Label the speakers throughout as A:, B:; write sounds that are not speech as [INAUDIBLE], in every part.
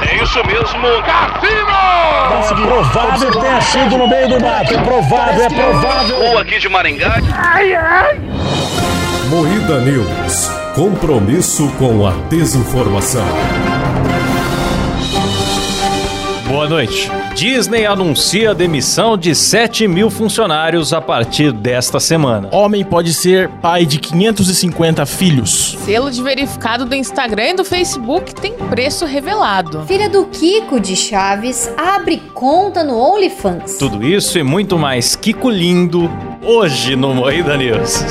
A: É isso mesmo, Cassino!
B: Mas provável que tenha sido no meio do mato. É provável, é provável.
A: Ou aqui de Maringá.
C: Moída News. Compromisso com a desinformação.
D: Boa noite. Disney anuncia a demissão de 7 mil funcionários a partir desta semana.
E: Homem pode ser pai de 550 filhos.
F: Selo de verificado do Instagram e do Facebook tem preço revelado.
G: Filha do Kiko de Chaves abre conta no OnlyFans.
D: Tudo isso e muito mais Kiko Lindo hoje no Moída News.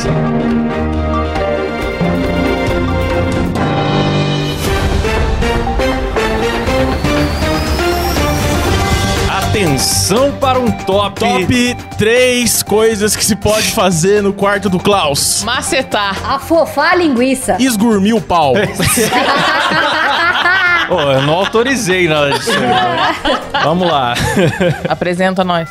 D: Atenção para um top. [LAUGHS]
E: Top 3 coisas que se pode fazer no quarto do Klaus.
F: Macetar.
G: Afofar a linguiça.
E: Esgurmir o pau.
D: É Ô, eu não autorizei nada disso. Vamos lá. [LAUGHS]
F: Apresenta nós.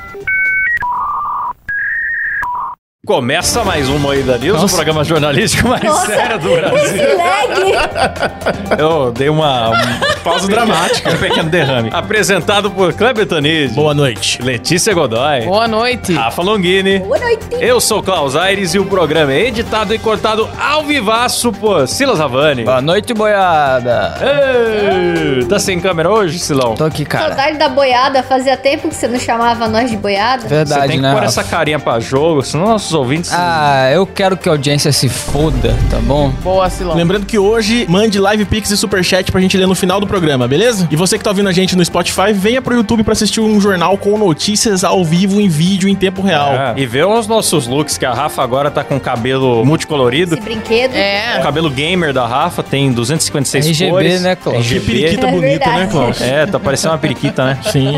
D: Começa mais um Moída News, o
E: Nossa.
D: programa jornalístico mais sério do Brasil.
G: [LAUGHS] Esse lag.
D: Eu dei uma um-
E: Pausa dramática.
D: [LAUGHS] um pequeno derrame. Apresentado por Kleber Tanid,
E: Boa noite.
D: Letícia Godoy,
F: Boa noite.
E: Ah.
D: Rafa Longini.
G: Boa noite.
D: Eu sou Klaus Aires e o programa é editado e cortado ao vivaço por Silas Havani.
H: Boa noite, boiada.
D: Ei, Tá sem câmera hoje, Silão?
H: Tô aqui, cara.
G: Saudade da boiada. Fazia tempo que você não chamava nós de boiada.
H: Verdade,
D: Você tem que
H: né?
D: pôr
H: Rafa?
D: essa carinha pra jogo, senão nossos ouvintes...
H: Ah, eu quero que a audiência se foda, tá bom?
F: Boa, Silão.
E: Lembrando que hoje mande live pix e superchat pra gente ler no final do programa, beleza? E você que tá ouvindo a gente no Spotify, venha pro YouTube pra assistir um jornal com notícias ao vivo em vídeo em tempo real.
D: É. E vê os nossos looks, que a Rafa agora tá com cabelo multicolorido.
G: Esse brinquedo.
D: O
E: Tá
F: É.
D: cabelo gamer da Rafa tem 256
H: RGB,
D: cores.
H: né, Klaus?
E: Que
D: RGB.
E: periquita
G: É
E: bonita,
G: verdade.
E: né, Klaus?
D: É, tá parecendo uma periquita,
F: [LAUGHS]
D: né?
E: Sim.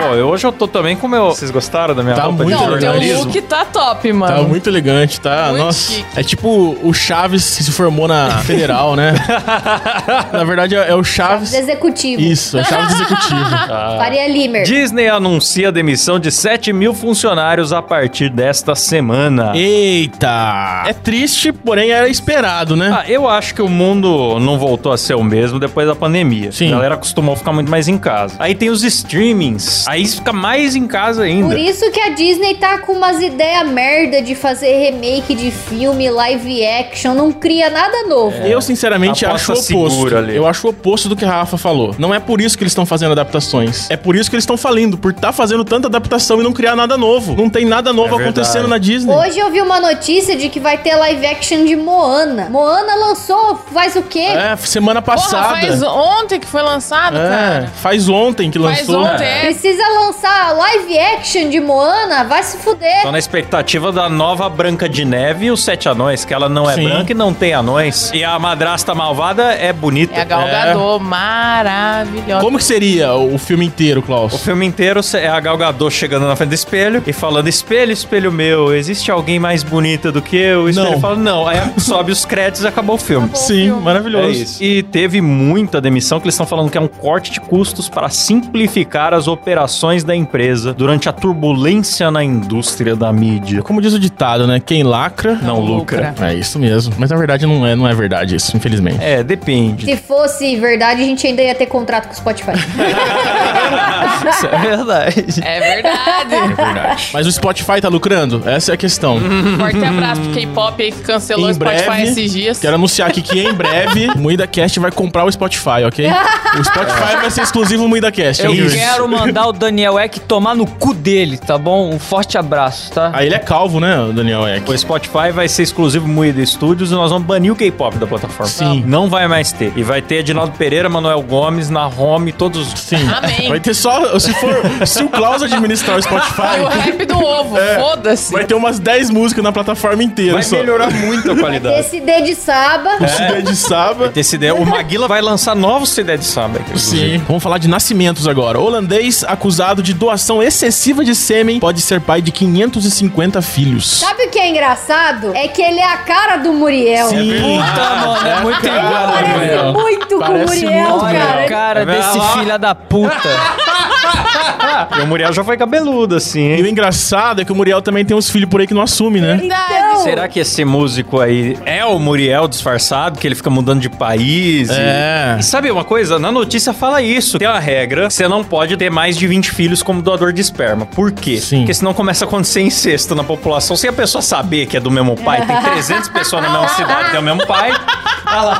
D: Bom, eu- hoje eu tô também com o meu... Vocês gostaram da minha
E: Tá
D: roupa de
E: muito
F: Não, teu
D: jornalismo?
F: look tá top, mano. [LAUGHS]
E: Tá muito elegante, tá?
F: Muito
E: Nossa.
F: chique.
E: É tipo o Chaves que se formou na Federal, né? na verdade, é é o Chaves.
G: Chaves executivo.
E: Isso, é o Chaves Executivo.
G: Faria
F: é-
G: Limer.
D: Disney anuncia a demissão de 7 mil funcionários a partir desta semana.
E: Eita! Ah. É triste, porém era esperado, né?
D: Ah, eu acho que o mundo não voltou a ser o mesmo depois da pandemia.
E: Sim.
D: A galera acostumou a ficar muito mais em casa. Aí tem os streamings. Aí fica mais em casa ainda.
G: Por isso que a Disney tá com umas ideias merda de fazer remake de filme, live action, não cria nada novo.
E: Eu, sinceramente,
D: é.
E: acho
D: Aposta
E: o oposto.
D: segura ali.
E: Eu acho o oposto do que a Rafa falou. Não é por isso que eles estão fazendo adaptações. É por isso que eles estão falindo, por estar fazendo tanta adaptação e não criar nada novo. Não tem nada novo
D: É verdade.
E: acontecendo na Disney.
G: Hoje eu vi uma notícia de que vai ter live action de Moana. Moana lançou, faz o quê?
E: É, semana
F: Porra,
E: passada.
F: faz ontem que foi lançado,
E: é,
F: cara.
E: faz ontem que
F: Faz
E: lançou.
F: ontem. é.
G: Precisa lançar live action de Moana? Vai se
D: [LAUGHS]
G: fuder.
D: Tô na expectativa da nova Branca de Neve e os Sete Anões, que ela não é
E: Sim.
D: branca e não tem anões. E a madrasta malvada é bonita.
F: É a Gal Gadot, maravilhosa.
E: Como que seria o filme inteiro, Klaus?
D: O filme inteiro é a Gal Gadot chegando na frente do espelho e falando: espelho, espelho meu, existe alguém mais bonita do que eu? O espelho
E: Não.
D: fala: não. Aí [LAUGHS] sobe os créditos e acabou o filme.
E: Sim, maravilhoso.
D: É isso. E teve muita demissão que eles estão falando que é um corte de custos para simplificar as operações da empresa durante a turbulência na indústria da mídia.
E: Como diz o ditado, né? Quem lacra.
D: Não lucra.
E: É isso mesmo. Mas na verdade não é, não é verdade isso,
F: [LAUGHS]
E: infelizmente.
D: É, depende. [LAUGHS]
G: Se fosse verdade, a gente ainda ia ter contrato com o Spotify.
H: Isso é verdade.
F: É verdade.
E: [LAUGHS] Mas o Spotify tá lucrando? Essa é a questão.
D: Uhum.
F: Forte abraço pro K-pop aí que cancelou o
E: em
F: Spotify
E: breve,
F: esses dias.
E: Quero anunciar aqui que
F: [LAUGHS]
E: em breve o MuidaCast vai comprar o Spotify, ok? O
D: É.
E: Spotify vai ser exclusivo MuidaCast.
H: Eu
E: Isso.
H: quero mandar o Daniel Eck tomar no cu dele, tá bom? Um forte abraço, tá?
E: [LAUGHS] Aí ele é calvo, né, o Daniel Eck?
D: O Spotify vai ser exclusivo Moída Studios e nós vamos banir o K-pop da plataforma.
E: Sim.
D: Não vai mais ter. E vai ter Edinaldo Pereira, Manuel Gomes, na home, todos os.
E: Sim.
F: Amém.
E: Vai ter só. Se for. Se o Klaus administrar o
F: E o
E: Spotify,
F: rap do ovo, foda-se.
E: É. vai ter umas 10 músicas na plataforma inteira.
D: Vai
E: só.
D: melhorar muito a qualidade.
G: Decide de Saba.
E: [LAUGHS] O CD de Saba.
D: Esse ideia, o Maguila vai lançar novos CD de samba. inclusive.
E: Sim. Vamos falar de nascimentos agora. Holandês acusado de doação excessiva de sêmen pode ser pai de 550 filhos.
G: Sabe o que é engraçado? É que ele é a cara do Muriel.
H: Puta,
D: Ah,
H: mano, é muito igual,
G: Parece
H: Daniel.
G: muito com o
E: Parece
G: Muriel,
E: muito,
H: Olha
G: cara.
H: a cara
D: Vai
H: desse
D: lá.
H: filho da puta.
D: E o Muriel já foi cabeludo, assim,
E: E o
D: hein?
E: engraçado é que o Muriel também tem uns filhos por aí que não assume, né?
G: Então,
F: Verdade.
D: Será que esse músico aí é o Muriel disfarçado, que ele fica mudando de país? e-
E: É.
D: E sabe uma coisa? Na notícia fala isso. Tem uma regra, você não pode ter mais de 20 filhos como doador de esperma. Por quê?
E: Sim.
D: Porque senão começa a acontecer incesto na população. Se a pessoa saber que é do mesmo pai,
F: [LAUGHS]
D: tem 300 pessoas na mesma cidade que tem o mesmo pai, tá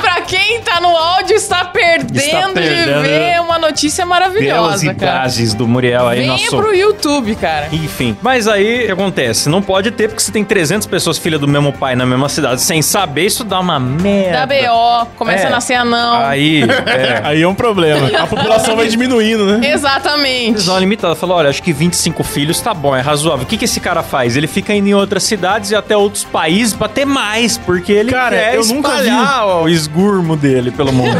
F: Pra quem tá no áudio, está perdendo,
D: perdendo.
F: de ver uma notícia
D: belas
F: maravilhosa, cara.
D: idades do Muriel aí na
F: Venha
D: sua.
F: pro YouTube, cara.
D: Enfim, mas aí o que acontece, não pode ter porque você tem 300 pessoas filha do mesmo pai na mesma cidade sem saber, isso dá uma merda.
F: Da BO, começa
D: É.
F: a nascer anão.
D: Aí, é,
E: Aí é um problema. A população vai diminuindo, né?
F: Exatamente.
D: Visão limitada. Falou, olha, acho que 25 filhos tá bom, é razoável. O que, que esse cara faz? Ele fica indo em outras cidades e até outros países pra ter mais, porque ele
E: Cara,
D: quer
E: eu nunca
D: espalhar o esgurmo dele pelo mundo.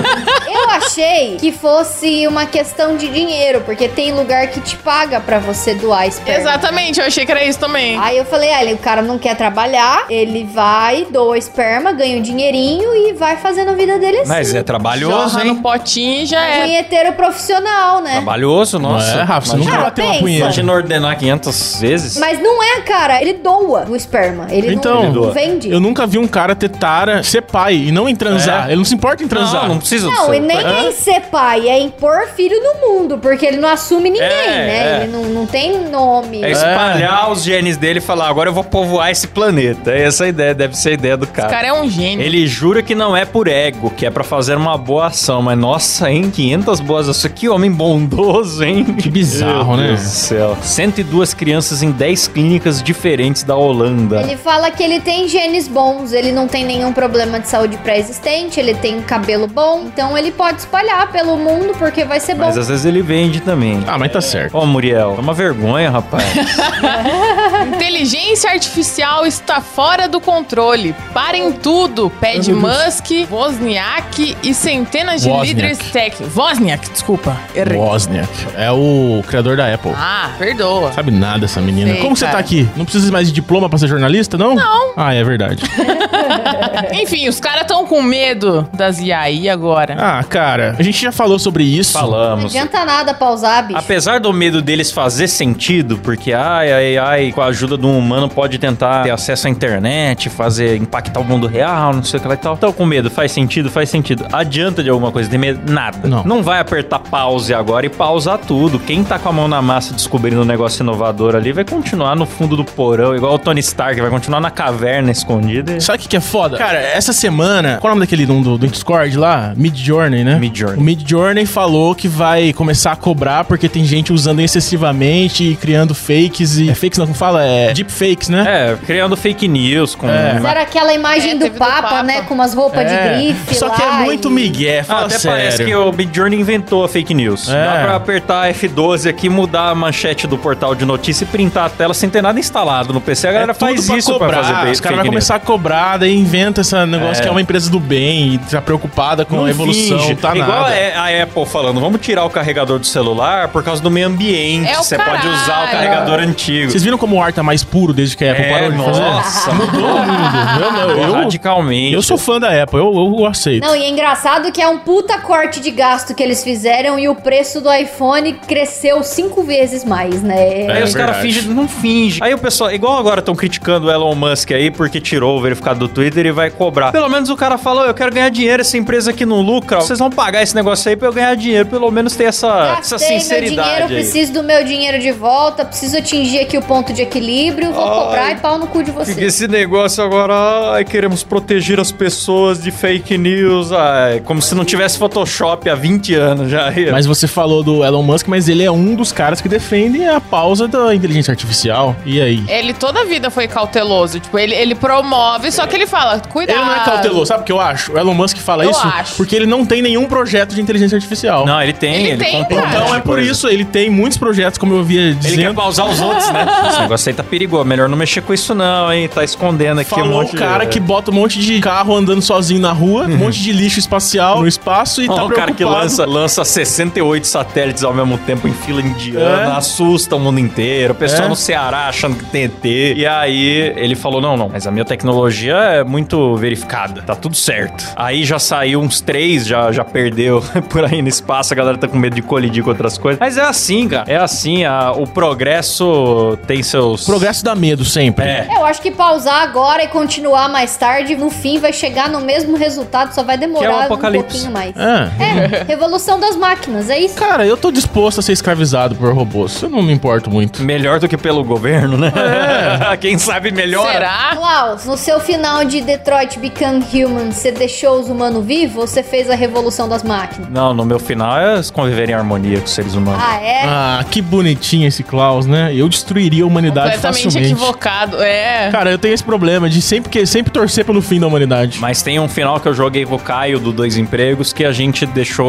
G: Eu achei que fosse uma questão de dinheiro, porque tem lugar que te paga pra você doar esperma.
F: Exatamente, eu achei que era isso também.
G: Aí eu falei, ah, ele- o cara não quer trabalhar, ele vai, doa esperma, ganha um dinheirinho e vai fazendo a vida dele
D: [LAUGHS]
G: assim.
D: Mas é trabalhoso,
F: Jorra no
D: hein?
F: potinho e já é.
G: Um Punheteiro profissional, né?
D: Trabalhoso, nossa.
E: é, Rafa, você
D: imagina,
E: nunca
G: Cara,
E: bateu uma
G: pensa.
E: punheta.
D: imagina ordenar 500 vezes.
G: Mas não é, cara. Ele doa o esperma. Ele
E: Então,
G: não,
E: Ele
G: não
E: doa.
G: vende.
E: Eu nunca vi um cara ter tara, ser pai e não em transar.
D: É.
E: Ele não se importa em transar.
D: Não, não precisa do
G: Não,
D: seu-
G: e nem
D: É.
G: é em ser pai, é em pôr filho no mundo, porque ele não assume ninguém,
D: É,
G: né?
D: é.
G: Ele não, não tem nome.
D: É espalhar os genes dele e falar, agora eu vou povoar esse planeta. Essa é a ideia, deve ser a ideia do
F: O
D: cara.
F: cara é um gênio.
D: Ele jura que não é por ego, que é pra fazer uma boa ação, mas nossa, hein? 500 boas ações. Que homem bondoso, hein? Que
E: bizarro, né?
D: Deus do céu. 102 crianças em 10 clínicas diferentes da Holanda.
G: Ele fala que ele tem genes bons, ele não tem nenhum problema de saúde pré-existente, ele tem um cabelo bom, então ele pode espalhar pelo mundo porque vai ser bom.
D: Mas às vezes ele vende também.
E: Ah, mas tá certo.
D: Ô, Muriel, é uma vergonha, rapaz.
F: Inteligência artificial está fora do controle. Parem tudo, pede Musk, Wozniak e centenas de
E: Wozniak.
F: líderes tech. Wozniak, desculpa. Errei.
E: Wozniak é o criador da Apple.
F: Ah, perdoa.
E: Sabe nada essa menina.
F: Sei,
E: Como você tá
F: cara.
E: aqui? Não precisa mais de diploma pra ser jornalista, não? Não. Ah, é verdade.
F: [LAUGHS] Enfim, os caras estão com medo das IAI agora.
E: ah, cara, a gente já falou sobre isso.
G: Não
D: Falamos.
G: adianta nada pausar, bicho.
D: Apesar do medo deles fazer sentido, porque ai, ai, ai, com a ajuda de um humano pode tentar ter acesso à internet, fazer impactar o mundo real, não sei o que lá e tal. Então com medo, faz sentido, faz sentido. Adianta de alguma coisa ter medo? Nada.
E: Não.
D: vai apertar pause agora e pausar tudo. Quem tá com a mão na massa descobrindo um negócio inovador ali vai continuar no fundo do porão, igual o Tony Stark, vai continuar na caverna escondida.
E: Sabe o que, que é foda? Cara, essa semana, qual é o nome daquele um do, do Discord lá? Mid Journey, né?
D: Mid Journey.
E: O Mid Journey falou que vai começar a cobrar porque tem gente usando excessivamente e criando fakes e. É fakes não, como fala? É deep fakes, né?
D: É, criando fake news com
G: Mas era aquela imagem
F: É,
G: do,
F: teve do
G: Papa,
F: Papa.
G: né? Com umas roupas
E: É.
G: de grife.
E: Só
G: lá
E: que é muito
G: e-
E: migué, fala
D: Ah, até
E: sério.
D: parece que o Midjourney inventou a fake news.
E: É.
D: Dá pra apertar F12 aqui, mudar a manchete do portal de notícia e printar a tela sem ter nada instalado no PC. A galera
E: É tudo
D: faz isso
E: cobrar.
D: pra fazer
E: Os caras vão
D: fake news.
E: começar a cobrar, daí inventa esse negócio que é uma empresa do bem e tá preocupada com
D: Não
E: a evolução,
D: finge.
E: tá
D: Igual é
E: nada.
D: a a Apple falando, vamos tirar o carregador do celular por causa do meio ambiente.
F: É o
D: Você pode usar o
F: caralho.
D: carregador antigo.
E: Vocês viram como o ar tá mais puro desde que a Apple parou de fazer?
D: É, nossa, mudou
E: Todo mundo. Eu, eu,
D: radicalmente.
E: eu sou fã da Apple, eu, eu aceito.
G: Não, e é engraçado que é um puta corte de gasto que eles fizeram e o preço do iPhone cresceu cinco vezes mais, né?
D: Aí
E: É,
D: os caras
E: verdade.
D: fingem, não finge. Aí o pessoal, igual agora estão criticando o Elon Musk aí porque tirou o verificado do Twitter e vai cobrar. Pelo menos o cara falou, eu quero ganhar dinheiro, essa empresa aqui não lucra, vocês vão pagar esse negócio aí pra eu ganhar dinheiro, pelo menos ter essa, essa
G: Gastei meu dinheiro, eu
D: sinceridade aí.
G: preciso do meu dinheiro de volta, preciso atingir aqui o ponto de equilíbrio, vou
D: Ai.
G: cobrar e pau no cu de
D: Porque
G: vocês.
D: esse negócio agora, ai, queremos proteger as pessoas de fake news, ai, como se não tivesse Photoshop há 20 anos já.
E: [LAUGHS] Mas você falou do Elon Musk, mas ele é um dos caras que defende a pausa da inteligência artificial. E aí?
F: Ele toda a vida foi cauteloso. Tipo, ele, ele promove, só que ele fala, cuidado.
E: Ele não é cauteloso, sabe o que eu acho? O Elon Musk fala
F: Eu
E: isso
F: acho.
E: porque ele não tem nenhum projeto de inteligência artificial.
D: Não, ele tem,
F: Ele
D: ele,
F: tem,
D: comprou um
F: cara.
D: monte
E: Então
D: de
E: é por
D: coisa.
E: isso, ele tem muitos projetos, como eu via
D: Ele quer
E: dizendo.
D: pausar os outros, né? Esse negócio aí tá perigoso. Melhor não mexer com isso, não, hein? Tá escondendo aqui um
E: Falou
D: monte
E: o cara
D: de... Uhum.
E: que bota um monte de carro andando sozinho na rua, um monte de lixo espacial no espaço e
D: Ó,
E: tá
D: o cara que
E: preocupado.
D: lança, lança 68 satélites ao mesmo tempo em fila indiana,
E: É.
D: assusta o mundo inteiro. O pessoal
E: É.
D: no Ceará achando que tem ET. E aí ele falou: não, não, mas a minha tecnologia é muito verificada. Tá tudo certo. Aí já saiu uns três, já, já perdeu [LAUGHS] por aí no espaço. A galera tá com medo de colidir com outras coisas. Mas é assim, cara. É assim. a- o progresso tem seus.
E: Progresso dá medo sempre.
D: É.
G: Eu acho que pausar agora e continuar mais tarde, no fim vai chegar no mesmo resultado, só vai
D: Que é o
G: demorar um
D: apocalipse.
G: pouquinho mais.
E: Ah.
G: É, revolução das máquinas, é isso?
E: Cara, eu tô disposto a ser escravizado por robôs. Eu não me importo muito.
D: Melhor do que pelo governo, né?
E: É.
D: [LAUGHS] Quem sabe melhor.
F: Será?
G: Klaus, no seu final de Detroit Become Human, você deixou os humanos vivos ou você fez a revolução das máquinas?
D: Não, no meu final é conviver em harmonia com os seres humanos.
G: Ah, é?
E: Ah, que bonitinho esse Klaus, né? Eu destruiria a humanidade
F: Completamente
E: facilmente.
F: equivocado. É.
E: Cara, eu tenho esse problema de sempre que sempre torcer pelo fim da humanidade.
D: Mas tem um final que eu joguei com o Caio do Dois Empregos que a gente deixou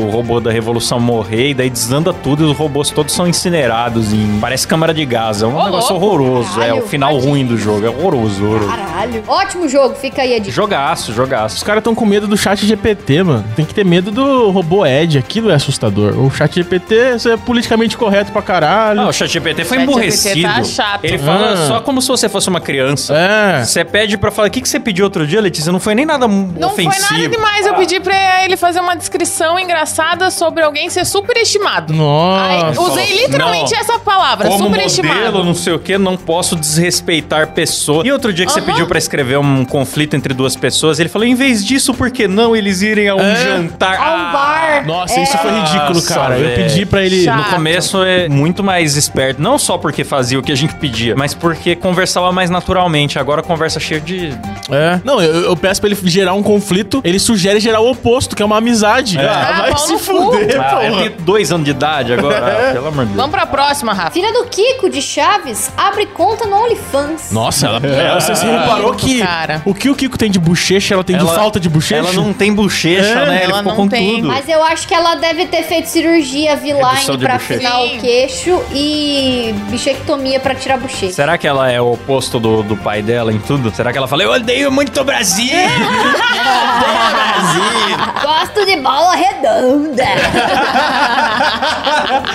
D: o robô da Revolução morrer e daí desanda tudo e os robôs todos são incinerados em. Parece câmara de gás. É um
F: Ô,
D: negócio
F: louco.
D: horroroso. é o
G: Caralho,
D: final
G: tadinho.
D: ruim do jogo. É horroroso, horroroso.
G: Caralho. Ótimo jogo, fica aí a dica.
D: Jogaço,
E: Os
D: jogaço.
E: caras estão com medo do chat GPT, mano. Tem que ter medo do robô Ed. Aquilo é assustador. O chat GPT isso é politicamente correto pra caralho.
D: Ah, o ChatGPT foi
F: O ChatGPT
D: emburrecido.
F: tá chato.
D: Ele fala
E: Ah.
D: só como se você fosse uma criança.
E: É.
D: Você pede pra falar, o que, que você pediu outro dia, Letícia? Não foi nem nada
F: Não
D: ofensivo.
F: foi nada demais.
E: Ah.
F: Eu pedi pra ele fazer uma descrição engraçada sobre alguém ser superestimado. Aí,
E: Nossa.
F: usei
D: Falou,
F: literalmente
D: não.
F: essa palavra,
D: Como modelo,
F: superestimado.
D: não sei o que, não posso desrespeitar pessoa. E outro dia que você
F: Aham.
D: pediu pra escrever um conflito entre duas pessoas, ele falou: em vez disso, por que não eles irem a um
E: É.
D: jantar?
G: A um
D: Ah,
G: bar.
E: Nossa,
G: É.
E: isso foi ridículo,
D: Nossa,
E: cara. Eu
D: velho.
E: pedi pra ele.
F: Chato.
D: No começo é muito mais esperto, não só porque fazia o que a gente pedia, mas porque conversava mais naturalmente. Agora conversa cheia de.
E: É. Não, eu, eu peço pra ele gerar um conflito. Ele sugere gerar o oposto, que é uma amizade.
F: Ah, pau no cu.
D: Ah, eu tenho dois anos de idade agora. Ah, pelo amor de Deus.
F: Vamos pra próxima, Rafa.
G: Filha do Kiko de Chaves abre conta no OnlyFans.
E: Nossa, ela, você se reparou que
F: cara.
E: o que o Kiko tem de bochecha, Ah, ela tem de
D: Ela-
E: falta de bochecha? [LAUGHS]
D: Ela não tem bochecha,
E: É.
D: né? Ele
F: Ela
D: ficou
F: não
D: com
F: tem.
D: tudo.
G: Mas eu acho que ela deve ter feito cirurgia
D: Redução
G: V-line
D: de
G: pra
D: bochecha.
G: afinar
F: Sim.
G: o queixo e bichectomia pra tirar a bochecha.
D: Será que ela é o oposto do, do pai dela em tudo? Será que ela fala, eu odeio muito o Brasil?
G: [LAUGHS] Gosto de
F: [LAUGHS]
G: bola redonda.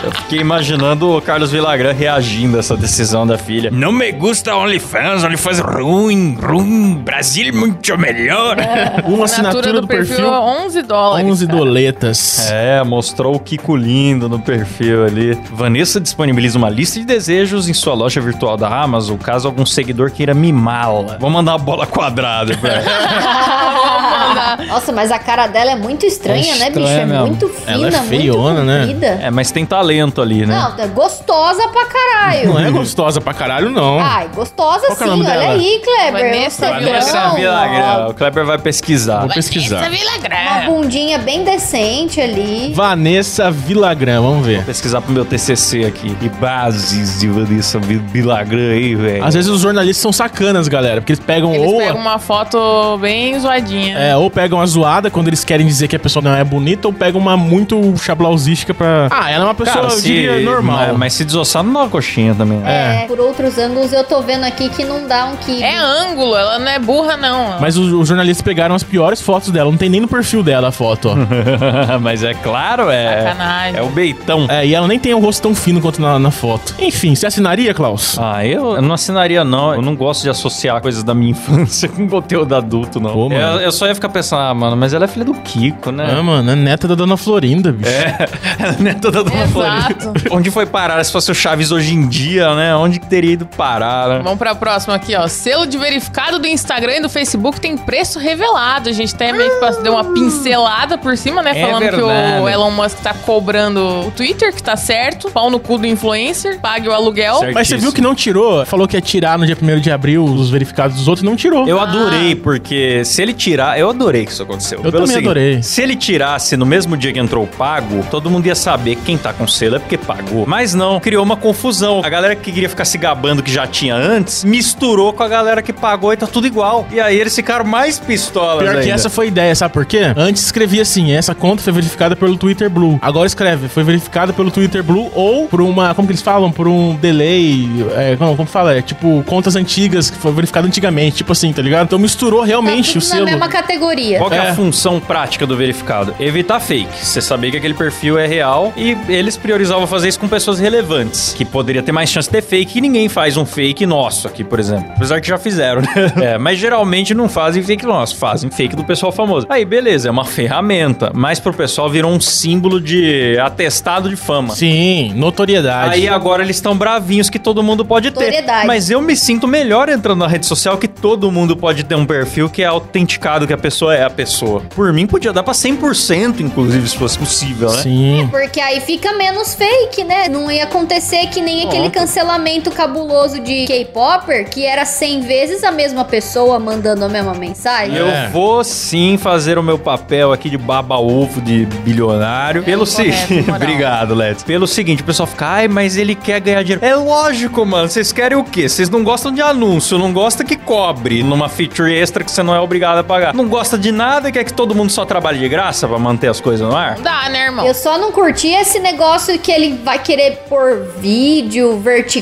D: Eu fiquei imaginando o Carlos Villagrán reagindo a essa decisão da filha. Não me gusta OnlyFans, OnlyFans ruim, ruim, Brasil muito melhor.
E: Uma assinatura do, perfil,
F: é 11 dólares.
E: 11
F: cara.
E: doletas.
D: É, mostrou o Kiko lindo no perfil ali. Vanessa disponibiliza uma lista de desejos em sua loja virtual da Amazon, caso algum seguidor queira mimá-la. Vou mandar uma bola quadrada pra ela.
G: Nossa, mas a cara dela é muito estranha,
H: É
G: né, bicho?
H: estranha
G: É
H: mesmo.
G: muito fina,
E: Ela é feiona, né?
G: muito comprida.
D: É, mas tem talento ali, né?
G: Não, é gostosa pra caralho.
E: Não é gostosa pra caralho, não.
F: Ah,
G: Ai, gostosa
E: Qual que é
G: sim,
E: o nome
G: olha
E: dela?
G: aí, Kleber.
F: Vanessa
G: Você
D: Vanessa
G: viu?
D: Villagrán.
G: Uma-
D: O Kleber vai pesquisar.
E: Vou pesquisar.
F: Essa Vila
G: Uma
F: Grande.
G: bundinha bem decente ali.
E: Vanessa Villagrán, vamos ver.
D: pesquisar pro meu TCC aqui. E bases de Vanessa Bilagrã aí, velho.
E: Às vezes os jornalistas são sacanas, galera, porque eles pegam
F: Eles
E: ou.
F: pegam uma foto bem zoadinha.
E: É, ou pegam a zoada quando eles querem dizer que a pessoa não é bonita, ou pegam uma muito chablausística pra. Ah, ela é uma pessoa,
D: Cara,
E: eu diria,
D: se-
E: normal.
D: Mas, mas se desossar, não dá uma coxinha também. né?
G: É, por outros ângulos eu tô vendo aqui que não dá um que.
F: É, ângulo, ela não é burra, não. Ela-
E: Mas os, os jornalistas pegaram as piores fotos dela. Não tem nem no perfil dela a foto, ó.
D: [LAUGHS] mas é claro, é.
F: Sacanagem.
D: É o beitão.
E: é, e ela nem tem um rosto tão fino quanto na, na foto. Enfim, você assinaria, Klaus?
D: Ah, eu eu não assinaria, não. Eu não gosto de associar coisas da minha [LAUGHS] infância com conteúdo adulto, não.
E: Pô, mano.
D: eu, eu só ia ficar pensando, ah, mano, mas ela é filha do Kiko,
E: Ah,
D: né?
E: mano, é neta da dona Florinda, bicho.
D: [LAUGHS] Ela não é toda do
F: Exato.
D: Onde foi parar? Se fosse o Chaves hoje em dia, né? Onde que teria ido parar, né?
F: Vamos pra próxima aqui, ó. Selo de verificado do Instagram e do Facebook tem preço revelado. A gente até meio que passou- deu uma pincelada por cima, né?
D: É
F: Falando que o
D: verdade.
F: Elon Musk tá cobrando o Twitter, que tá certo. Pau no cu do influencer, pague o aluguel.
D: Certo.
E: Mas você
D: Certíssimo.
E: viu que não tirou? Falou que ia tirar no dia 1 de abril os verificados dos outros, não tirou.
D: Eu adorei, porque se ele tirar. Eu adorei que isso aconteceu.
E: Eu também adorei.
D: Se ele tirasse no mesmo dia que entrou o pago, todo mundo ia saber que quem tá com selo é porque pagou. Mas não, criou uma confusão. A galera que queria ficar se gabando que já tinha antes, misturou com a galera que pagou e tá tudo igual. E aí eles ficaram mais pistolas.
E: Pior que
D: ainda.
E: essa foi a ideia, sabe por quê? Antes escrevia assim, essa conta foi verificada pelo Twitter Blue. Agora escreve, foi verificada pelo Twitter Blue ou por uma, como que eles falam? Por um delay, é, como, como fala? É tipo, contas antigas que foi verificada antigamente, tipo assim, tá ligado? Então misturou
G: Tá
E: realmente
G: tudo
E: o selo.
G: na mesma sabia.
D: Qual que é.
E: É.
D: a função prática do verificado? Evitar fake. Você sabia que aquele perfil é real e eles priorizavam fazer isso com pessoas relevantes, que poderia ter mais chance de ter fake e ninguém faz um fake nosso aqui, por exemplo. Apesar que já fizeram, né? É, mas geralmente não fazem fake nosso, fazem fake do pessoal famoso. Aí, beleza, é uma ferramenta, mas pro pessoal virou um símbolo de atestado de fama.
E: Sim, notoriedade.
D: Aí agora eles estão bravinhos que todo mundo pode ter.
G: Notoriedade.
D: Mas eu me sinto melhor entrando na rede social que todo mundo pode ter um perfil que é autenticado, que a pessoa é a pessoa. Por mim, podia dar pra 100%, inclusive, se fosse possível, né?
E: Sim.
G: Porque aí fica menos fake, né? Não ia acontecer que nem aquele cancelamento cabuloso de K-Popper, que era 100 vezes a mesma pessoa mandando a mesma mensagem.
D: Eu
E: É.
D: vou sim fazer o meu papel aqui de baba-ovo de bilionário. Pelo
F: É, correto,
D: seguinte.
F: moral.
D: [LAUGHS] Obrigado, Let's. Pelo seguinte, o pessoal fica, ai, mas ele quer ganhar dinheiro. É lógico, mano. Vocês querem o quê? Vocês não gostam de anúncio, não gosta que cobre numa feature extra que você não é obrigado a pagar. Não gosta de nada e quer que todo mundo só trabalhe de graça pra manter as coisas no ar?
F: Não dá, né, irmão?
G: Eu só não curti esse negócio que ele vai querer pôr vídeo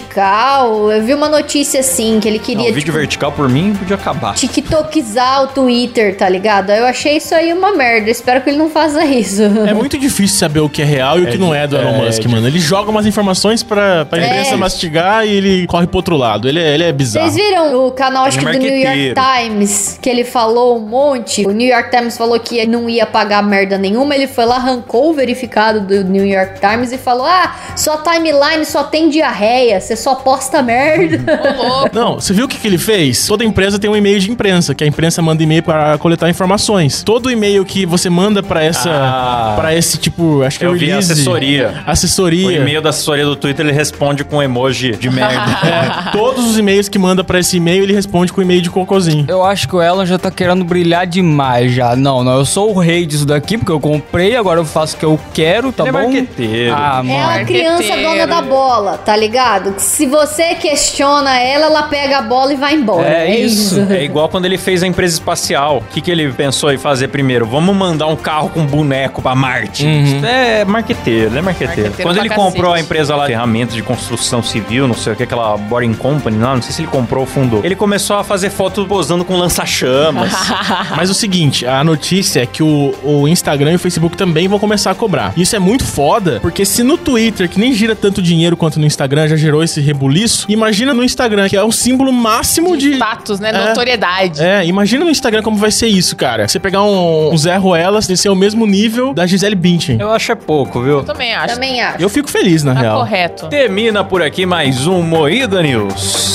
G: vertical. Eu vi uma notícia assim que ele
D: Não,
G: queria
D: o vídeo
G: tipo,
D: vertical por mim podia acabar.
G: TikTokizar o Twitter, tá ligado? Eu achei isso aí uma merda. Espero que ele não faça [LAUGHS] isso.
E: É muito difícil saber o que é real e o que não é do Elon
D: é,
E: Musk, mano. Ele joga umas informações pra, pra imprensa
G: É.
E: mastigar e ele corre pro outro lado. Ele, é- ele é bizarro.
G: Vocês viram o canal, acho que
D: Ele é
G: do New York
D: marqueteiro.
G: Times, que ele falou um monte. O New York Times falou que não ia pagar merda nenhuma. Ele foi lá, arrancou o verificado do New York Times e falou: Ah, sua timeline só tem diarreia, você só posta merda.
D: [LAUGHS]
F: Ô, Tá louco.
E: Não, você viu o que, que ele fez? Toda empresa tem um e-mail de imprensa, que a imprensa manda e-mail para coletar informações. Todo e-mail que você manda para essa,
D: Ah.
E: para esse tipo, acho que é
D: Eu
E: o
D: vi a
E: release,
D: assessoria. O
E: assessoria.
D: e-mail da assessoria do Twitter ele responde com emoji de
F: [LAUGHS]
D: merda.
E: [LAUGHS] É, todos os e-mails que manda para esse e-mail, ele responde com e-mail de cocôzinho.
H: Eu acho que o Elon já tá querendo brilhar demais já. Não, não, eu sou o rei disso daqui, porque eu comprei, agora eu faço o que eu quero, tá
D: Ele é
H: bom?
D: marqueteiro.
H: Ah,
G: É
H: mano.
G: uma criança dona da bola, tá ligado? Se você questiona ela, ela pega a bola e vai embora.
D: [LAUGHS]
H: É isso.
D: É igual quando ele fez a empresa espacial. O que, que ele pensou em fazer primeiro? Vamos mandar um carro com boneco pra Marte. Isso é marqueteiro, ele é marqueteiro.
F: Marqueteiro
D: quando
F: pra
D: ele comprou
F: cacete.
D: a empresa lá, ferramentas de construção civil, não sei o que, aquela Boring Company, não, não sei se ele comprou ou fundou. Ele começou a fazer foto posando com lança-chamas.
F: [LAUGHS]
E: Mas o seguinte, a notícia é que o, o Instagram e o Facebook também vão começar a cobrar. Isso é muito foda, porque se no Twitter, que nem gira tanto dinheiro quanto no Instagram, já gerou esse rebuliço, imagina no Instagram, que é o símbolo máximo de...
F: Status, né?
E: É.
F: Notoriedade.
E: É, imagina no Instagram como vai ser isso, cara. Você pegar um, um Zé Ruelas e ser o mesmo nível da Gisele Bündchen. Eu,
D: Eu acho é pouco, viu?
F: Também acho.
G: Também acho.
E: fico feliz, na
F: Tá
E: real.
F: correto.
D: Termina por aqui mais um Moída News.